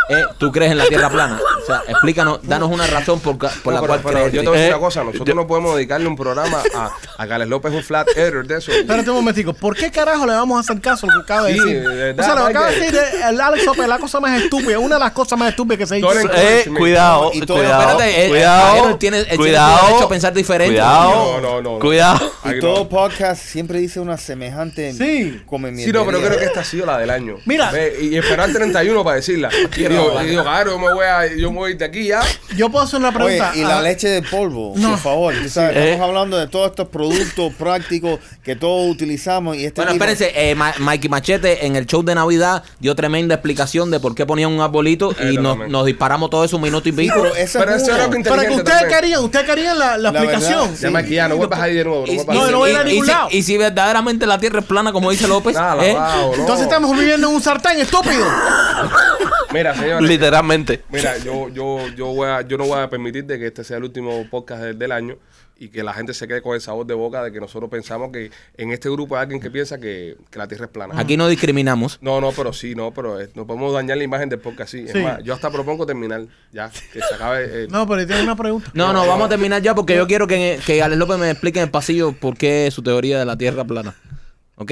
eh, tú crees en la tierra plana. O sea, explícanos, danos una razón por, ca- por
No,
la
pero-
cual
pero
crees.
yo te voy a decir
Eh,
una cosa, nosotros
yo-
no podemos dedicarle un programa a, a Gales López, un flat error de eso.
Espérate un momentico, ¿por qué carajo le vamos a hacer caso a lo que acaba de
Sí,
decir?
de verdad,
o sea, lo que acaba de
Mike.
decir es el Alex López, la cosa más estúpida, una de las cosas más estúpidas que se hizo.
Doren-
Eh, cuidado,
Y todo-
cuidado,
espérate, eh,
cuidado,
Javier, él tiene- él tiene
cuidado,
derecho a pensar diferente.
Cuidado,
No, no, no, no.
cuidado.
Ay,
Y
no.
todo podcast siempre dice una semejante.
Sí.
Como en mi
Sí, no, pero
día.
creo que esta ha sido la del año.
Mira.
Ve, y esperar 31 para decirla. Y digo, y digo, claro, yo me voy a, yo me voy de aquí ya.
Yo puedo hacer una
Oye,
pregunta.
y la
Ah,
leche de polvo,
No.
por favor. Tú sabes,
Eh.
Estamos hablando de todos estos productos prácticos que todos utilizamos. Y este
Bueno,
tipo-
espérense, eh, Ma- Mikey Machete en el show de Navidad dio tremenda explicación de por qué ponían un arbolito y nos,
Exactamente.
nos disparamos todo eso un minuto y pico.
Pero ese
Pero eh,
es
eso
uno.
era lo que
Pero que
inteligente
ustedes
también.
querían, ustedes querían la, la
La
explicación.
verdad,
Ya, Mike, ya, no vuelvas ahí de nuevo.
Y-
No, vuelvas
No,
ahí.
no voy a ir a
y- y
ningún
si-
lado.
Y si verdaderamente la tierra es plana, como dice López,
Nada,
¿eh?
lavado, no.
Entonces estamos viviendo en un sartén, estúpido.
Mira, señores.
Literalmente.
Mira, yo, yo, yo, voy a- yo no voy a permitir de que este sea el último podcast del, del año y que la gente se quede con el sabor de boca de que nosotros pensamos que en este grupo hay alguien que piensa que, que la Tierra es plana.
aquí no discriminamos.
No, no, pero sí, no, pero eh, no podemos dañar la imagen del podcast así. Es
Sí.
más, yo hasta propongo terminar ya, que se acabe. eh,
No, pero tengo una pregunta.
No, no, vamos a terminar ya porque yo quiero que, que Alex López me explique en el pasillo por qué su teoría de la tierra plana. ¿Ok?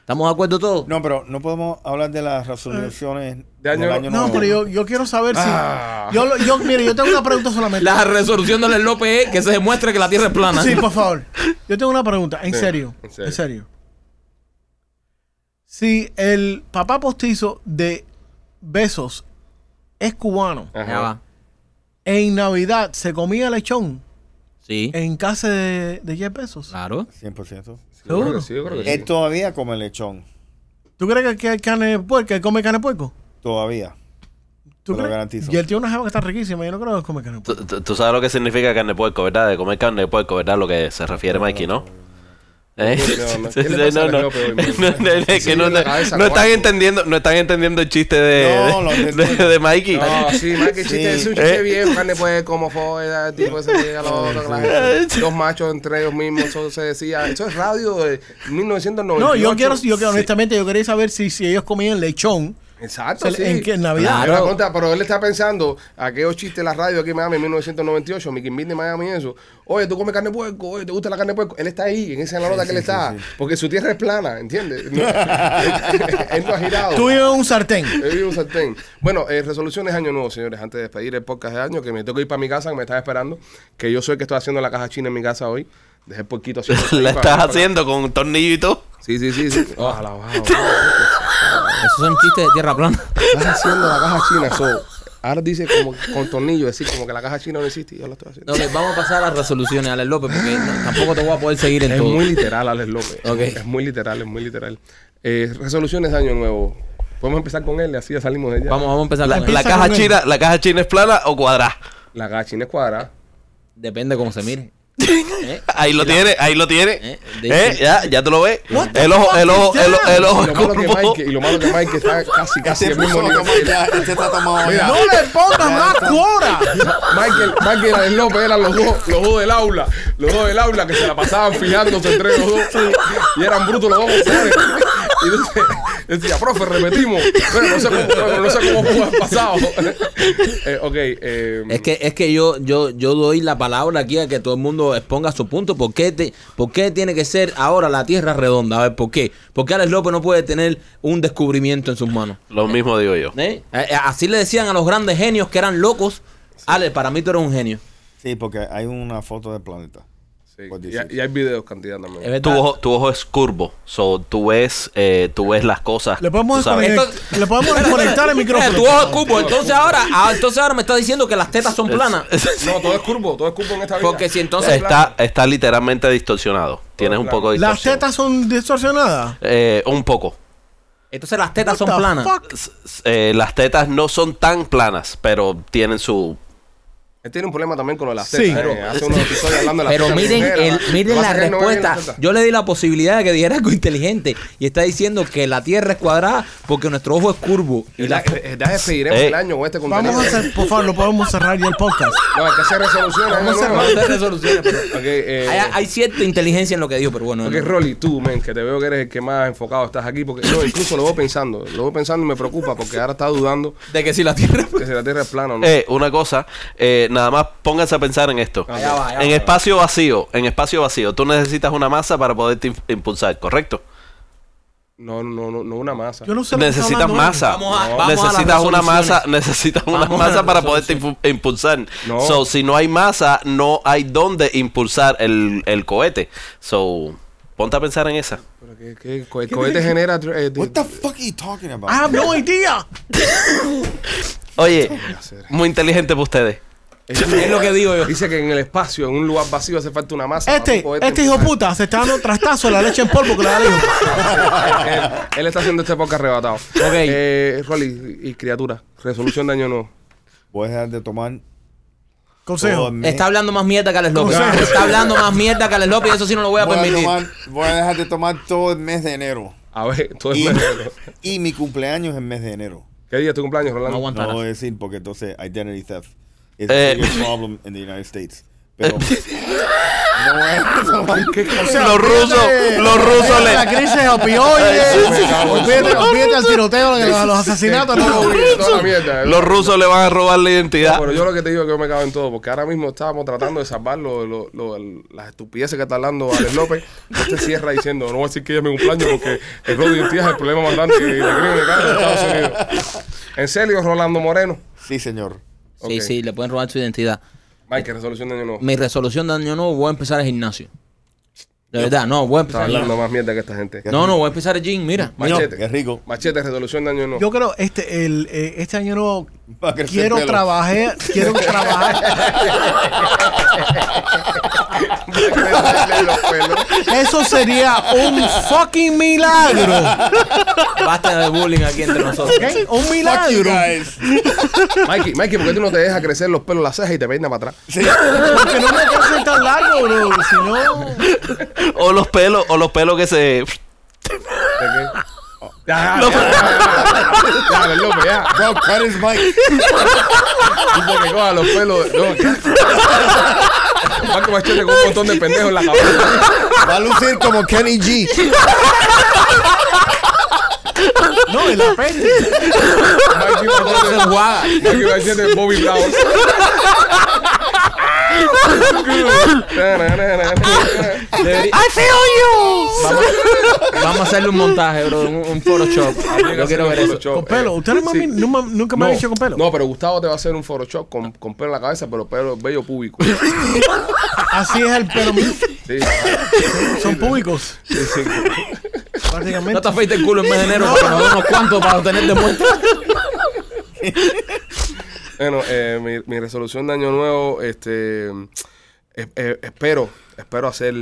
¿Estamos de acuerdo todos?
No, pero no podemos hablar de las resoluciones
De año-
del
No,
año
No,
nuevo.
pero yo, yo quiero saber si.
Ah.
Yo, lo- yo, mire, yo tengo una pregunta solamente.
La resolución de Alex López es que se demuestre que la tierra es plana.
Sí, por favor. Yo tengo una pregunta, en
Sí,
serio.
en
En
serio.
serio. Si el papá postizo de Besos es cubano,
ajá.
Ya va.
en Navidad se comía lechón
Sí, Ah.
en casa de, de Jeff Bezos.
claro.
100%.
Sí, yo creo que
Seguro.
sí, yo creo que sí.
Él todavía come lechón.
¿Tú crees que, que hay carne de puerco? que él come carne de puerco?
Todavía. Te
¿Tú
lo
crees?
garantizo.
Y él tiene una jeva que está riquísima. Yo no creo que come carne de
Tú,
puerco.
tú- tú sabes lo que significa carne de puerco, ¿verdad? De comer carne de puerco, ¿verdad? Lo que se refiere Mikey, ¿no? ¿Eh?
No, no, ¿qué le pasa
No,
a
no.
López hoy, man?
No, no, es que
Sí,
no-
en la cabeza,
no están
guapo.
entendiendo, no están entendiendo el chiste de,
No, lo
de,
entendí.
de- de Mikey.
No, sí, más que chiste, es un chiste
Eh.
bien, carne pues como fue, era el tipo ese que llega a los otros, que la gente- dos machos entre ellos mismos, eso se decía, eso es radio de 1998.
No, yo quiero, yo quiero honestamente, yo quería saber si, si ellos comían lechón
Exacto,
Se le-
sí.
en que- en Navidad.
Pero
Claro.
la contra- pero él está pensando, aquellos chistes de la radio aquí en Miami en 1998, Mickey Bean de Miami y eso. Oye, ¿tú comes carne de puerco? Oye, ¿te gusta la carne de puerco? Él está ahí, en esa es la nota que él está. Porque su tierra es plana, ¿entiendes? No- él no ha girado.
Tú vives en un sartén.
He vivido un sartén. Bueno, eh, resoluciones año nuevo, señores. Antes de despedir el podcast de año, que me tengo que ir para mi casa, que me estás esperando. Que yo soy el que estoy haciendo la caja china en mi casa hoy. Dejé el porquito haciendo.
La
ahí para-
estás
para-
haciendo con un tornillo y todo.
Sí, sí, sí. sí. Ojalá, ojalá.
Esos son chistes de tierra plana.
Estás haciendo la caja china, so. Ahora dice como que con tornillo, es decir, como que la caja china no existe y yo la estoy haciendo.
Ok, vamos a pasar a las resoluciones, Alex López, porque no- tampoco te voy a poder seguir en
es
todo.
muy literal, Alex López.
Ok.
Es muy literal, es muy literal. Eh, resoluciones de año nuevo. Podemos empezar con él, así ya salimos de ella.
Vamos, vamos a empezar
La,
con
la
el-
caja china, ¿La caja china es plana o cuadrada?
La caja china es cuadrada.
Depende cómo se mire. ¿Eh?
Ahí lo tiene, ahí lo tiene.
Eh,
Eh,
de-
ya, ya te lo ves.
What the
El ojo,
fuck
el
is
ojo, el,
that?
el
Y lo,
ojo.
malo que
curvo.
Mike, y lo malo que Mike está casi, casi
Este
el mismo
puso
nivel.
como ya, este está tomado ya.
No le pongas más cuora.
Michael, Michael y Alex López eran los dos, los dos del aula. Los dos del aula que se la pasaban fijándose entre los dos. Y eran brutos los dos. ¿sabes? Y entonces decía, profe, repetimos. Pero no sé cómo, pero no sé cómo fue el pasado. Eh, ok. eh,
Es que, es que yo, yo, yo doy la palabra aquí a que todo el mundo exponga su punto. ¿Por qué, te- por qué tiene que ser ahora la tierra redonda? A ver, ¿por qué? ¿Por qué Alex López no puede tener un descubrimiento en sus manos?
Lo mismo digo yo.
¿Eh? Eh, eh, Así le decían a los grandes genios que eran locos. Alex, para mí tú eres un genio.
Sí, porque hay una foto del planeta.
sí, y, hay- y hay videos cantidad también.
Es verdad.
Tu ojo, tu ojo es curvo. So, tú ves, eh, tú ves las cosas.
Le
tú
podemos,
sabes.
desconect-
Esto-
le podemos desconectar el
Eh, tu
micrófono.
ojo es cubo. Entonces ahora, ah, entonces ahora me está diciendo que las tetas son planas.
No, todo es curvo, todo es curvo en esta vida.
Porque si entonces
Está, está literalmente distorsionado. Tienes un poco de
Las
distorsión.
tetas son distorsionadas.
Eh, un poco.
Entonces las tetas
What
son
the
planas.
fuck?
S- s- eh, las tetas no son tan planas, pero tienen su...
Él tiene un problema también con lo de las
Sí.
tetas.
Pero-
eh. Hace unos episodios hablando de las
Pero
tetas
miren,
ligeras.
el- miren
Lo que
la
pasa es que él no ve bien
respuesta.
las tetas.
Yo le di la posibilidad de que dijera algo inteligente y está diciendo que la Tierra es cuadrada porque nuestro ojo es curvo. Y la-
Ya- ya despediremos
Eh.
el año con este contenido.
Vamos a hacer, por favor, lo podemos cerrar ya el podcast.
No, hay que hacer resoluciones.
Vamos a
año
no
nuevo.
sé resoluciones, pero-
Ok, eh,
hay, hay cierta inteligencia en lo que dijo, pero bueno.
Ok,
no.
Rolly, tú, men, que te veo que eres el que más enfocado estás aquí, porque no, incluso lo voy pensando, lo voy pensando y me preocupa, porque ahora está dudando
De que si la Tierra...
que si la Tierra es plana o no.
Eh, una cosa, eh, nada más pónganse a pensar en esto.
Allá va, allá
en
va.
espacio vacío, en espacio vacío, tú necesitas una masa para poderte in- impulsar, ¿correcto?
No, no, no, no una masa.
Yo no sé lo que está
Necesitas
hablando
masa.
él.
Vamos a- vamos a las
necesitas una masa,
resoluciones.
necesitas una
Vamos a las
masa para poderte infu- impulsar.
No.
So, si no hay masa, no hay dónde impulsar el, el cohete. So, ponte a pensar en esa.
Pero que, que co- el cohete genera... eh, de-
What the fuck are you talking about?
I
Ah,
have Ah, no idea.
Oye,
hacer?
muy inteligente para ustedes.
Es lo que digo yo.
eh, Dice que en el espacio, en un lugar vacío, hace falta una masa. para
Este,
tú poderte
este hijo
empujar.
puta se está dando trastazo a la leche en polvo que le da el hijo.
él, él está haciendo este podcast arrebatado. Ok. Eh, Rolly y criatura, resolución de año nuevo.
Voy a dejar de tomar todo
Consejo.
el mes.
Está hablando más mierda que Alex López.
Consejo.
Está hablando más mierda que Alex López y eso sí no lo voy a
voy, a
permitir.
tomar- voy a dejar de tomar todo el mes de enero.
A ver, todo
Y,
el mundo.
y mi cumpleaños es el mes de enero.
¿Qué día es tu cumpleaños,
No
Rolando?
No
aguantarás.
voy a decir porque entonces identity theft is a
Eh.
big problem in the United States. Pero no voy a tomar
los rusos, los rusos
La
le...
crisis de opioides.
Sí, sí, sí.
Olvídate olvídate del tiroteo, de los, los asesinatos.
Todo
No,
bien, toda la mierda.
Los rusos le van a robar la identidad.
Pero yo lo que te digo es que yo me cago en todo, porque ahora mismo estábamos tratando de salvar lo- lo- lo- el- las estupideces que está hablando Alex López. Este cierra diciendo, no voy a decir que ella es mi cumpleaños porque el robo de identidad es el problema más grande que que crimen acá en Estados Unidos. En serio, Rolando Moreno.
Sí, señor.
Sí,
Ok.
sí, le pueden robar su identidad.
Mike, ¿qué resolución de año nuevo.
Mi resolución de año nuevo, voy a empezar el gimnasio. De verdad, no, voy a
Está
empezar el
hablando más mierda que esta gente.
No, no, voy a empezar el gym, mira.
Machete.
Qué rico.
Machete, resolución de año nuevo.
Yo creo este el eh, este año nuevo
Va a crecer
quiero
pelo.
trabajar, quiero trabajar.
Los pelos.
Eso sería un fucking milagro.
Basta de bullying aquí entre nosotros.
¿ok? Un
Fuck you
milagro.
guys.
Mikey, Mikey, ¿por qué tú no te dejas crecer los pelos, las cejas y te peinas para atrás?
Porque no me quiero ser tan largo, bro. Si no.
O los pelos, o los pelos que se...
¿De qué? Ya, ya, ya, ya, ya, Alex López, ya.
Bro, cut his mic.
Tipo que coja los pelos. No, que- Marco Machete con un montón de pendejos en la cabeza.
Va a lucir como Kenny G.
No, y la peste.
Mikey Machete. Mikey Machete, Bobby Brown.
Debería- Vamos a hacerle un montaje, bro. Un, un Photoshop. Yo quiero ver eso.
Photoshop,
Con pelo.
eh,
Usted no me-
sí.
no me- nunca me ha dicho con pelo.
No, pero Gustavo te va a hacer un Photoshop con, con pelo en la cabeza, pero pelo bello público.
Así es el pelo mío.
Sí, ajá,
Son públicos,
sí, sí.
No
prácticamente.
te afeites el culo en mes de enero para nos dé unos cuantos para tener de muerte.
Bueno, eh, mi, mi resolución de año nuevo, este, es- es- espero, espero hacer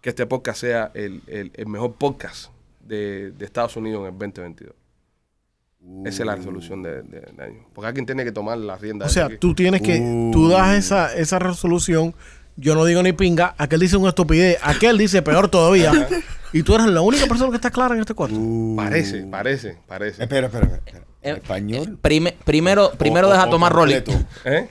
que este podcast sea el, el- el mejor podcast de, de Estados Unidos en el 2022. Esa es la resolución de- de- del año. Porque alguien tiene que tomar las riendas.
O sea, tú tienes que, tú das esa, esa resolución, yo no digo ni pinga, aquel dice una estupidez, aquel dice peor todavía, y tú eres la única persona que está clara en este cuarto.
Parece, parece, parece.
Espera, espera, espera.
Eh,
¿En español?
Prime- primero primero
O-
deja
o- o
tomar rolling.
completo.
¿Eh?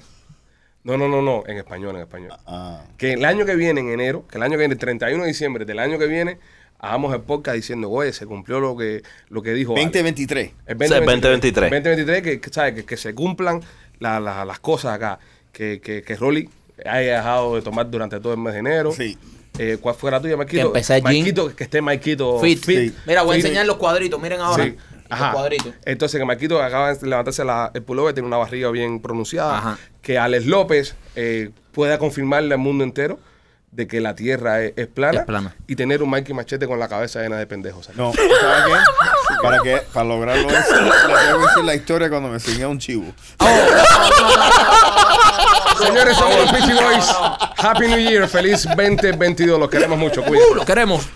No, no, no, no, en español, en español.
Ah.
Que el año que viene, en enero, que el año que viene, el 31 de diciembre del año que viene, hagamos el podcast diciendo, oye, se cumplió lo que, lo que dijo. Ale".
2023.
El
O sea, el
2023.
2023.
2023, que, que, ¿sabes? Que, que se cumplan la- la- las cosas acá. Que, que, que Rolly haya dejado de tomar durante todo el mes de enero.
Sí.
Eh, ¿Cuál fue la tuya, Maikito?
Que empecé allí.
Maikito, que esté Maikito
Fit.
Sí.
Mira, voy a
Fit.
enseñar los cuadritos. Miren ahora.
Sí.
Los
Ajá.
cuadritos.
Entonces, que Maquito acaba de levantarse la- el pullover, tiene una barriga bien pronunciada.
Ajá.
Que Alex López eh, pueda confirmarle al mundo entero de que la tierra es, es plana,
Es plana.
y tener un Mikey Machete con la cabeza llena de pendejos.
No, ¿sabes qué? Para, que, para lograrlo eso, le tengo que decir la historia cuando me enseñé un chivo.
Señores, somos los Peachy Boys. Happy New Year, feliz 2022, los queremos mucho. Cuídense.
Uh, lo queremos.